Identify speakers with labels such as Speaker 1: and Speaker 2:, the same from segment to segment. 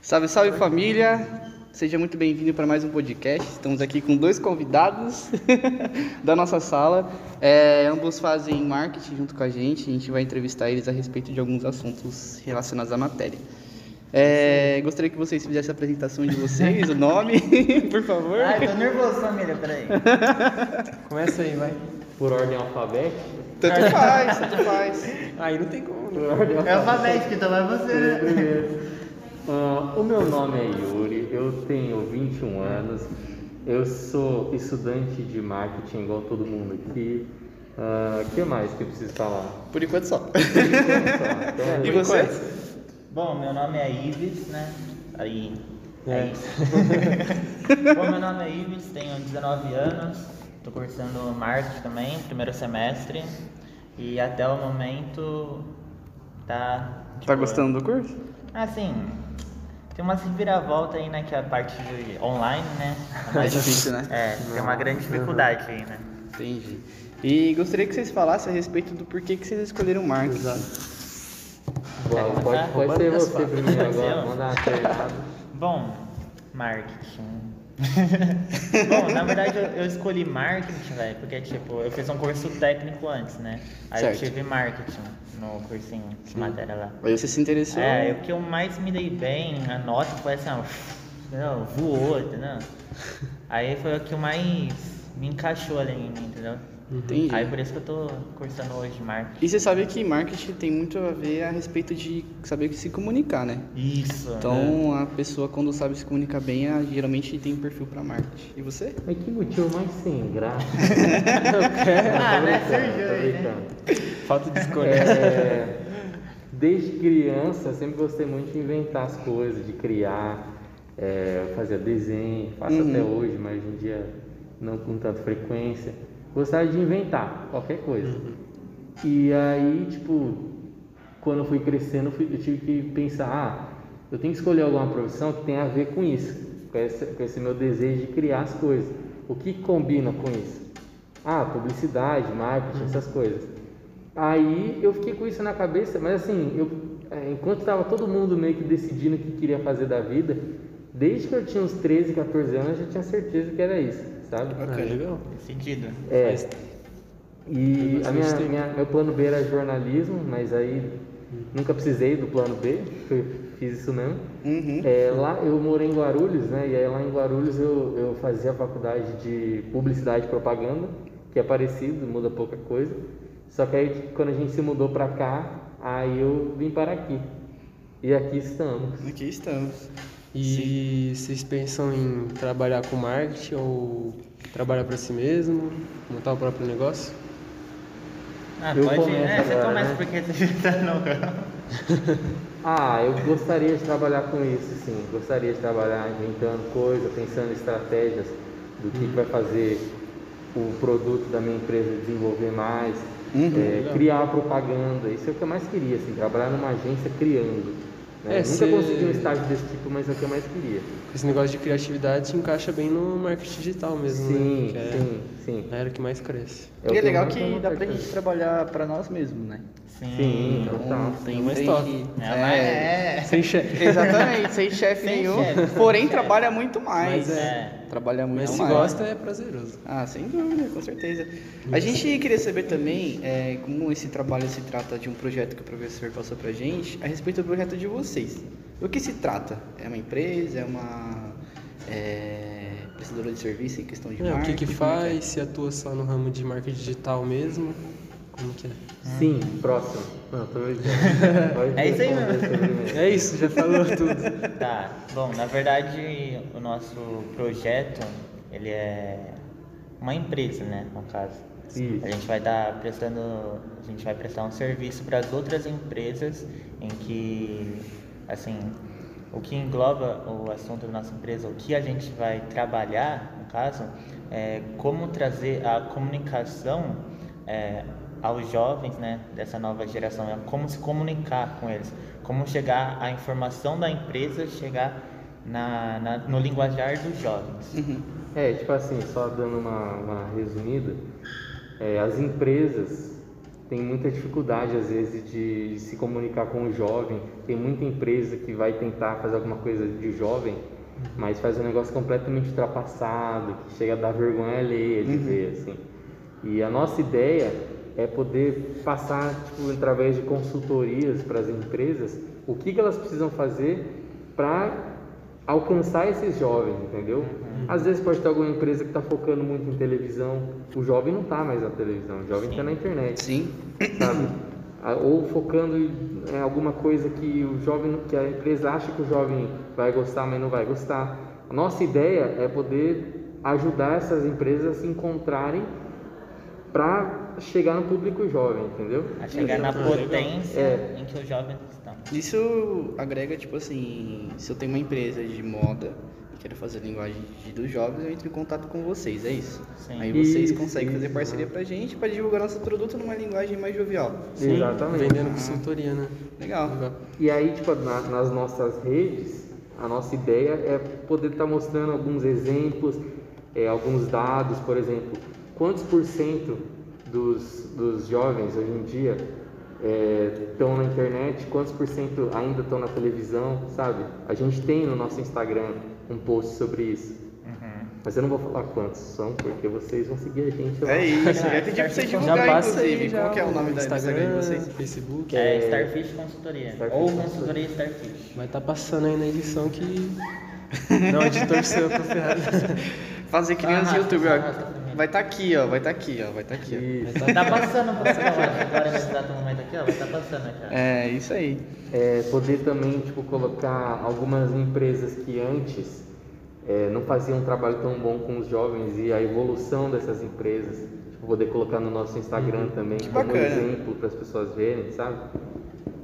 Speaker 1: Salve, salve família! Seja muito bem-vindo para mais um podcast. Estamos aqui com dois convidados da nossa sala. É, ambos fazem marketing junto com a gente. A gente vai entrevistar eles a respeito de alguns assuntos relacionados à matéria. É, gostaria que vocês fizessem a apresentação de vocês, o nome, por favor.
Speaker 2: Ai, tô nervoso, família, peraí.
Speaker 3: Começa aí, vai.
Speaker 4: Por ordem alfabética?
Speaker 1: Tanto faz, tanto faz.
Speaker 3: Aí não tem como. né?
Speaker 2: É alfabético, então vai você, né?
Speaker 4: Primeiro. Ah, o meu nome é Yuri, eu tenho 21 anos, eu sou estudante de marketing igual todo mundo aqui. O que mais que eu preciso falar?
Speaker 1: Por enquanto só.
Speaker 4: Então,
Speaker 1: E você?
Speaker 2: Bom, meu nome é Ives, né? Aí. É isso. Bom, meu nome é Ives, tenho 19 anos, tô cursando marketing também, primeiro semestre. E até o momento tá.
Speaker 1: Tá
Speaker 2: tipo,
Speaker 1: gostando do curso?
Speaker 2: Assim, tem umas reviravoltas aí, né? Que é a parte de online, né? É
Speaker 1: Mais difícil, né?
Speaker 2: É, tem uma grande dificuldade aí, né?
Speaker 1: Entendi. E gostaria que vocês falassem a respeito do porquê que vocês escolheram marketing.
Speaker 4: Bom, pode, pode ser você primeiro agora,
Speaker 2: Eu?
Speaker 4: manda uma pergunta.
Speaker 2: Bom, marketing. Bom, na verdade eu, eu escolhi marketing, velho, porque tipo, eu fiz um curso técnico antes, né? Aí
Speaker 1: Certo.
Speaker 2: eu tive marketing no cursinho de matéria lá.
Speaker 1: Aí você se interessou.
Speaker 2: É, o que eu mais me dei bem, a nota foi assim, ó, entendeu? voou, entendeu? Aí foi o que eu mais me encaixou ali em mim, entendeu?
Speaker 1: Entendi.
Speaker 2: Aí por isso que eu tô cursando hoje marketing.
Speaker 1: E você sabe que marketing tem muito a ver a respeito de saber se comunicar, né?
Speaker 2: Isso. né?
Speaker 1: Então, a pessoa quando sabe se comunicar bem, ela geralmente tem um perfil pra marketing. E você?
Speaker 4: Mas que motivo mais sem graça. Eu quero.
Speaker 2: Ah,
Speaker 4: tô
Speaker 2: né,
Speaker 4: brincando,
Speaker 2: Sergio
Speaker 4: tô
Speaker 2: aí, né?
Speaker 4: brincando.
Speaker 3: Falta de escolha.
Speaker 4: É, desde criança, eu sempre gostei muito de inventar as coisas, de criar. É, eu fazia desenho, faço
Speaker 1: Uhum.
Speaker 4: até hoje, mas hoje em dia não com tanta frequência. Gostava de inventar qualquer coisa.
Speaker 3: Uhum.
Speaker 4: E aí, tipo, quando eu fui crescendo, eu fui- eu tive que pensar: ah, eu tenho que escolher alguma profissão que tenha a ver com isso, com esse, com esse meu desejo de criar as coisas. O que combina com isso? Ah, publicidade, marketing, essas coisas. Aí eu fiquei com isso na cabeça, mas assim, eu, é, enquanto estava todo mundo meio que decidindo o que queria fazer da vida, desde que eu tinha uns 13, 14 anos, eu já tinha certeza que era isso, sabe?
Speaker 1: legal.
Speaker 2: Decidido.
Speaker 4: É.
Speaker 1: Faz-
Speaker 4: E
Speaker 1: faz
Speaker 4: a
Speaker 1: bastante
Speaker 4: minha,
Speaker 1: tempo.
Speaker 4: minha- meu plano B era jornalismo, mas aí nunca precisei do plano B, fui- fiz isso mesmo.
Speaker 1: Uhum.
Speaker 4: É, lá eu morei em Guarulhos, né? E aí lá em Guarulhos eu, eu fazia a faculdade de publicidade e propaganda, que é parecido, muda pouca coisa. Só que aí quando a gente se mudou pra cá, aí eu vim para aqui. E aqui estamos.
Speaker 1: Aqui estamos.
Speaker 3: E vocês pensam em trabalhar com marketing ou trabalhar pra si mesmo, montar o próprio negócio?
Speaker 2: Ah,
Speaker 4: Eu
Speaker 2: pode ir.
Speaker 4: começo
Speaker 2: É, você
Speaker 4: agora,
Speaker 2: começa
Speaker 4: né?
Speaker 2: porque você tá no ramo.
Speaker 4: Ah, eu gostaria de trabalhar com isso, sim. Gostaria de trabalhar inventando coisa, pensando em estratégias do que, que vai fazer o produto da minha empresa desenvolver mais,
Speaker 1: Uhum.
Speaker 4: é, criar propaganda. Isso é o que eu mais queria, assim, trabalhar numa agência criando. né?
Speaker 3: É,
Speaker 4: Nunca
Speaker 3: cê-
Speaker 4: consegui um estágio desse tipo, mas é o que eu mais queria.
Speaker 3: Esse negócio de criatividade se encaixa bem no marketing digital mesmo,
Speaker 4: Sim,
Speaker 3: né? Que é
Speaker 4: sim, sim.
Speaker 3: a era que mais cresce.
Speaker 4: o
Speaker 1: e é
Speaker 4: eu
Speaker 1: legal
Speaker 4: mais
Speaker 1: que
Speaker 4: tenho
Speaker 1: dá pra
Speaker 4: vontade de
Speaker 1: gente trabalhar pra nós mesmos, né?
Speaker 2: Sim.
Speaker 4: fazer. Sim,
Speaker 1: Então,
Speaker 4: total.
Speaker 1: tem,
Speaker 3: É mais
Speaker 1: tem
Speaker 3: top.
Speaker 1: que-
Speaker 2: É, mas é.
Speaker 3: Sem chefe.
Speaker 1: Exatamente, sem chefe
Speaker 2: Sem
Speaker 1: nenhum.
Speaker 2: chefe, sem
Speaker 1: porém,
Speaker 2: chefe.
Speaker 1: trabalha muito mais.
Speaker 3: Mas é.
Speaker 1: Trabalha muito
Speaker 3: Mas se
Speaker 1: mais.
Speaker 3: gosta é prazeroso.
Speaker 1: Ah, sem dúvida, com certeza. A gente queria saber também é, como esse trabalho se trata de um projeto que o professor passou pra gente, a respeito do projeto de vocês. Do que se trata? É uma empresa? É uma é, prestadora de serviço em questão de
Speaker 3: É, o que
Speaker 1: marketing?
Speaker 3: que
Speaker 1: Como é
Speaker 3: faz, se atua só no ramo de marketing digital mesmo, como que é?
Speaker 4: Sim, próximo. Não, tô brincando. Pode
Speaker 2: É isso aí
Speaker 4: responder
Speaker 2: mesmo.
Speaker 4: sobre mim.
Speaker 3: É isso, já falou tudo.
Speaker 2: Tá, bom, na verdade o nosso projeto, ele é uma empresa, né, no caso.
Speaker 4: Isso.
Speaker 2: A gente vai dar prestando, a gente vai prestar um serviço para as outras empresas em que assim, o que engloba o assunto da nossa empresa, o que a gente vai trabalhar, no caso, é como trazer a comunicação é, aos jovens, né, dessa nova geração, é como se comunicar com eles, como chegar a informação da empresa chegar na, na- no linguajar dos jovens.
Speaker 1: Uhum.
Speaker 4: É, tipo assim, só dando uma, uma resumida, é, as empresas tem muita dificuldade às vezes de se comunicar com o jovem. Tem muita empresa que vai tentar fazer alguma coisa de jovem, mas faz um negócio completamente ultrapassado, que chega a dar vergonha alheia de ver assim. E a nossa ideia é poder passar tipo, através de consultorias para as empresas o que, que elas precisam fazer para alcançar esses jovens, entendeu? Às vezes pode ter alguma empresa que está focando muito em televisão, o jovem não está mais na televisão, o jovem está na internet
Speaker 1: Sim.
Speaker 4: sabe? Ah, Ou focando em alguma coisa que o jovem, que a empresa acha que o jovem vai gostar, mas não vai gostar. A nossa ideia é poder ajudar essas empresas a se encontrarem para chegar no público jovem, entendeu?
Speaker 2: A chegar na potência em que os jovens estão.
Speaker 1: Isso agrega, tipo assim, se eu tenho uma empresa de moda e quero fazer a linguagem de- dos jovens, eu entro em contato com vocês, é isso?
Speaker 2: Sim.
Speaker 1: Aí vocês
Speaker 4: Isso,
Speaker 1: conseguem
Speaker 4: isso.
Speaker 1: fazer parceria pra gente pra divulgar nosso produto numa linguagem mais jovial.
Speaker 3: Sim,
Speaker 4: Exatamente.
Speaker 3: Vendendo consultoria, né?
Speaker 1: Legal.
Speaker 4: E aí, tipo, na- nas nossas redes, a nossa ideia é poder estar mostrando alguns exemplos, é, alguns dados, por exemplo, quantos por cento dos, dos jovens hoje em dia estão na internet, quantos por cento ainda estão na televisão, sabe? A gente tem no nosso Instagram um post sobre isso. Mas eu não vou falar quantos são, porque vocês vão seguir a gente lá.
Speaker 1: É isso, eu ia pedir pra vocês
Speaker 2: Já
Speaker 1: divulgarem,
Speaker 3: passa aí,
Speaker 1: inclusive,
Speaker 3: já
Speaker 1: qual que é o nome da do Instagram de vocês.
Speaker 3: Facebook.
Speaker 2: É Starfish Consultoria.
Speaker 4: Starfish
Speaker 2: ou Consultoria Starfish.
Speaker 3: Vai tá passando aí na edição que. um Não, editor seu, eu tô ferrado.
Speaker 1: Fazer criança
Speaker 2: Arrasta,
Speaker 1: youtuber,
Speaker 2: arrasta
Speaker 1: ó.
Speaker 2: primeiro.
Speaker 1: Vai tá aqui, ó, vai tá aqui, ó, vai tá aqui,
Speaker 4: Isso.
Speaker 3: Vai
Speaker 2: Tá
Speaker 3: tá-
Speaker 2: passando pra você falar agora nesse exato momento aqui, ó. Vai tá passando aqui,
Speaker 1: ó.
Speaker 2: ó.
Speaker 1: É, isso aí.
Speaker 4: É, poder também tipo, colocar algumas empresas que antes é, não faziam um trabalho tão bom com os jovens e a evolução dessas empresas. Tipo, poder colocar no nosso Instagram também como
Speaker 1: Uhum. bacana.
Speaker 4: exemplo para as pessoas verem, sabe?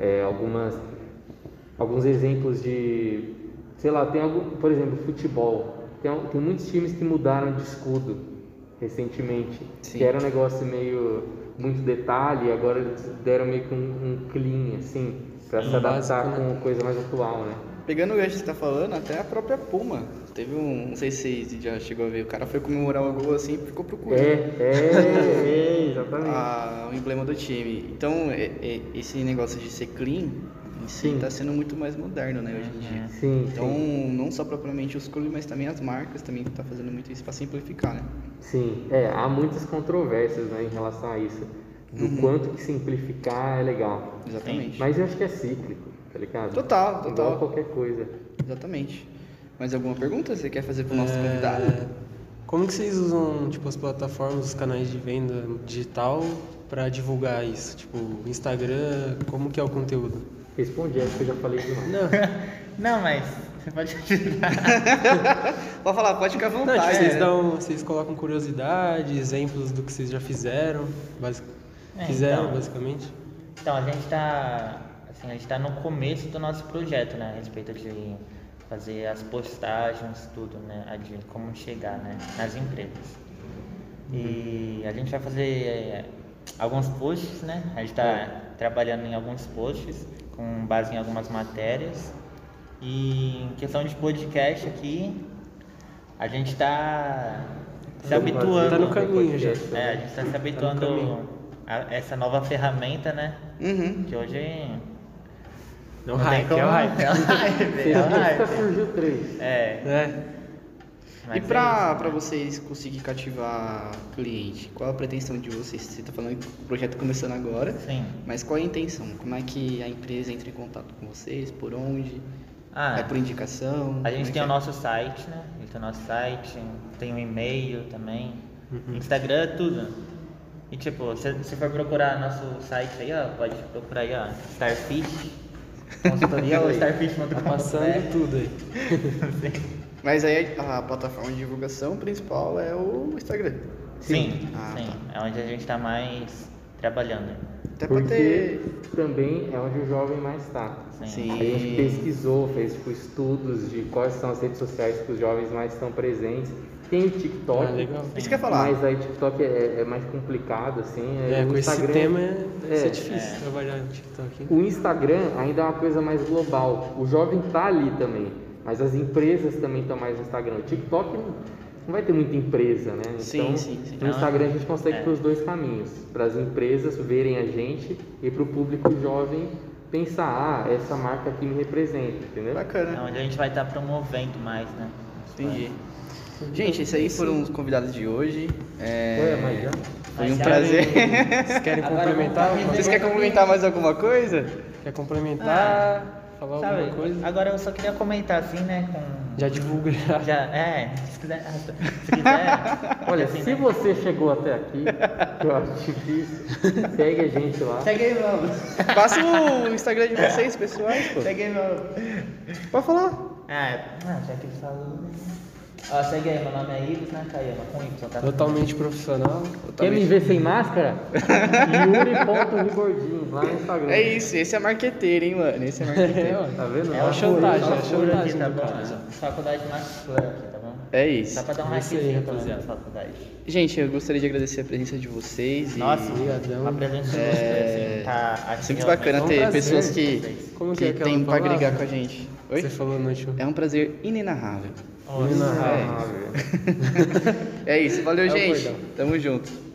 Speaker 4: É, algumas, alguns exemplos de. Sei lá, tem algum, por exemplo, futebol. Tem, al- tem muitos times que mudaram de escudo recentemente,
Speaker 1: Sim.
Speaker 4: que era um negócio meio muito detalhe, agora eles deram meio que um, um clean, assim, pra se
Speaker 3: Um
Speaker 4: adaptar
Speaker 3: básico,
Speaker 4: com coisa mais atual, né?
Speaker 1: Pegando o gancho que você tá falando, até a própria Puma. Teve um, não sei se você já chegou a ver, o cara foi comemorar o gol assim e ficou procurando.
Speaker 4: É, é, é, exatamente.
Speaker 1: a- o emblema do time. Então, é- é- esse negócio de ser clean, em si,
Speaker 4: Sim. É,
Speaker 1: tá sendo muito mais moderno,
Speaker 2: É,
Speaker 1: né, hoje em dia.
Speaker 4: Sim,
Speaker 1: Então,
Speaker 4: sim,
Speaker 1: não só propriamente os clubes, mas também as marcas também tá fazendo muito isso pra simplificar, né?
Speaker 4: sim. É, há muitas controvérsias né, em relação a isso, do quanto que simplificar é legal.
Speaker 1: Exatamente.
Speaker 4: Mas eu acho que é cíclico, tá ligado?
Speaker 1: Total, total.
Speaker 4: Igual qualquer coisa.
Speaker 1: Exatamente. Mais alguma pergunta você quer fazer pro
Speaker 2: É.
Speaker 1: nosso convidado?
Speaker 3: Como que vocês usam tipo, as plataformas, os canais de venda digital pra divulgar isso? Tipo, Instagram, como que é o conteúdo?
Speaker 4: Respondi, acho que eu já falei demais.
Speaker 3: Não, tipo,
Speaker 2: Não, mas você pode ajudar.
Speaker 1: Pode falar, pode ficar à
Speaker 3: não tipo,
Speaker 1: vontade. né?
Speaker 3: vocês, dão, vocês colocam curiosidade, exemplos do que vocês já fizeram, basic...
Speaker 2: É,
Speaker 3: fizeram
Speaker 2: então.
Speaker 3: basicamente.
Speaker 2: Então, a gente tá. Assim, a gente tá no começo do nosso projeto, né? A respeito de fazer as postagens, tudo, né? a De como chegar, né? Nas empresas. E a gente vai fazer é, alguns posts, né? A gente tá
Speaker 3: É.
Speaker 2: trabalhando em alguns posts, com base em algumas matérias. E em questão de podcast aqui, a gente tá se habituando.
Speaker 3: Tá no caminho já. Tá
Speaker 2: É, a gente está se habituando
Speaker 3: caminho.
Speaker 2: a essa nova ferramenta, né?
Speaker 1: Uhum.
Speaker 2: Que hoje
Speaker 3: Não,
Speaker 1: um
Speaker 2: não tem
Speaker 3: hype,
Speaker 2: como.
Speaker 3: é o hype.
Speaker 2: É o hype, é o
Speaker 4: Sexta
Speaker 2: hype.
Speaker 4: surgiu tá três.
Speaker 2: É,
Speaker 3: É,
Speaker 1: E
Speaker 2: mas é
Speaker 1: pra, pra vocês conseguirem cativar cliente, qual a pretensão de vocês? Você tá falando que o projeto tá começando agora,
Speaker 2: é isso. Sim.
Speaker 1: mas qual é a intenção? Como é que a empresa entra em contato com vocês? Por onde?
Speaker 2: Ah,
Speaker 1: É por indicação?
Speaker 2: a gente tem
Speaker 1: Como é
Speaker 2: o nosso site, né? A gente tem o nosso site, tem o e-mail também,
Speaker 1: Hum.
Speaker 2: Uhum. Instagram, tudo. E tipo, se você for procurar nosso site aí, ó, pode procurar aí, ó, Starfish, consultoria ou starfish.com.br.
Speaker 3: tá passando tudo aí.
Speaker 1: que é? Mas aí a plataforma de divulgação principal é o Instagram.
Speaker 2: Sim,
Speaker 1: Ah,
Speaker 2: sim. É onde a gente tá mais trabalhando.
Speaker 1: Até pra
Speaker 4: Porque
Speaker 1: ter.
Speaker 4: também é onde o jovem mais está.
Speaker 2: Sim.
Speaker 4: A gente pesquisou, fez tipo, estudos de quais são as redes sociais que os jovens mais estão presentes. Tem o TikTok,
Speaker 3: Ah, legal.
Speaker 1: Isso que eu ia falar.
Speaker 4: mas aí o TikTok é, é mais complicado, assim.
Speaker 3: É,
Speaker 4: o
Speaker 3: com esse
Speaker 4: Instagram-
Speaker 3: tema é, deve
Speaker 4: É.
Speaker 3: ser difícil trabalhar no TikTok. hein?
Speaker 4: O Instagram ainda é uma coisa mais global. O jovem tá ali também, mas as empresas também estão mais no Instagram. O TikTok não vai ter muita empresa, né? Então,
Speaker 1: Sim, sim, sim.
Speaker 4: no Instagram a gente consegue
Speaker 2: É.
Speaker 4: para os dois caminhos, para as empresas verem a gente e para o público jovem pensar, ah, essa marca aqui me representa, entendeu?
Speaker 2: É
Speaker 1: Bacana.
Speaker 2: onde a gente vai estar promovendo mais, né?
Speaker 1: Entendi. Gente, esses aí foram os convidados de hoje. É,
Speaker 4: Ué, mas já-
Speaker 1: Foi um
Speaker 2: Mas
Speaker 1: prazer.
Speaker 3: Vocês querem
Speaker 2: Agora
Speaker 3: complementar?
Speaker 2: vamos lá.
Speaker 1: Vocês querem complementar mais alguma coisa?
Speaker 3: Quer complementar? falar
Speaker 2: Ah, Sabe,
Speaker 3: alguma coisa?
Speaker 2: agora eu só queria comentar assim, né? Com...
Speaker 3: Já divulga.
Speaker 2: Já, é, se quiser. Se quiser
Speaker 4: Olha,
Speaker 2: assim,
Speaker 4: se
Speaker 2: né?
Speaker 4: você chegou até aqui, que eu acho difícil, segue a gente lá.
Speaker 2: Segue aí, mano.
Speaker 1: Passa o Instagram de vocês, pessoais, pô.
Speaker 2: Segue aí, mano.
Speaker 1: Pode falar.
Speaker 2: Ah, ah, já que ele falou. Ó, segue aí, meu nome é Ives Nakayama, com Y, tá?
Speaker 3: Totalmente profissional.
Speaker 4: Quer me ver sem máscara? Yuri.rigordinho lá no Instagram.
Speaker 1: É isso, esse é marqueteiro, hein, mano? Esse é
Speaker 3: É,
Speaker 1: marqueteiro.
Speaker 3: ó.
Speaker 4: Tá vendo?
Speaker 3: É uma chantagem, é
Speaker 2: Fura aqui,
Speaker 3: chantagem
Speaker 2: tá
Speaker 3: do cara. já.
Speaker 2: bom? Faculdade Max Plan aqui, tá bom?
Speaker 1: É
Speaker 2: Só
Speaker 1: isso.
Speaker 2: pra dar um
Speaker 3: É isso
Speaker 2: hackzinho
Speaker 3: aí,
Speaker 2: pelo
Speaker 3: rapaziada.
Speaker 2: menos na faculdade.
Speaker 1: Gente, eu gostaria de agradecer a presença de vocês. e
Speaker 2: Nossa,
Speaker 3: Obrigadão.
Speaker 2: uma presença
Speaker 1: É,
Speaker 2: ilustre, assim, tá
Speaker 1: É
Speaker 2: aqui
Speaker 1: sempre
Speaker 2: realmente.
Speaker 1: bacana
Speaker 3: É um
Speaker 1: ter
Speaker 3: prazer.
Speaker 1: pessoas que,
Speaker 3: Como que
Speaker 1: que,
Speaker 3: é aquela
Speaker 1: tem pra
Speaker 3: palavra?
Speaker 1: agregar com a gente. Oi?
Speaker 3: Você falou no show.
Speaker 1: É um prazer inenarrável.
Speaker 4: Inenarrável.
Speaker 1: É isso, valeu,
Speaker 4: É o
Speaker 1: gente.
Speaker 4: gordão.
Speaker 1: Tamo junto.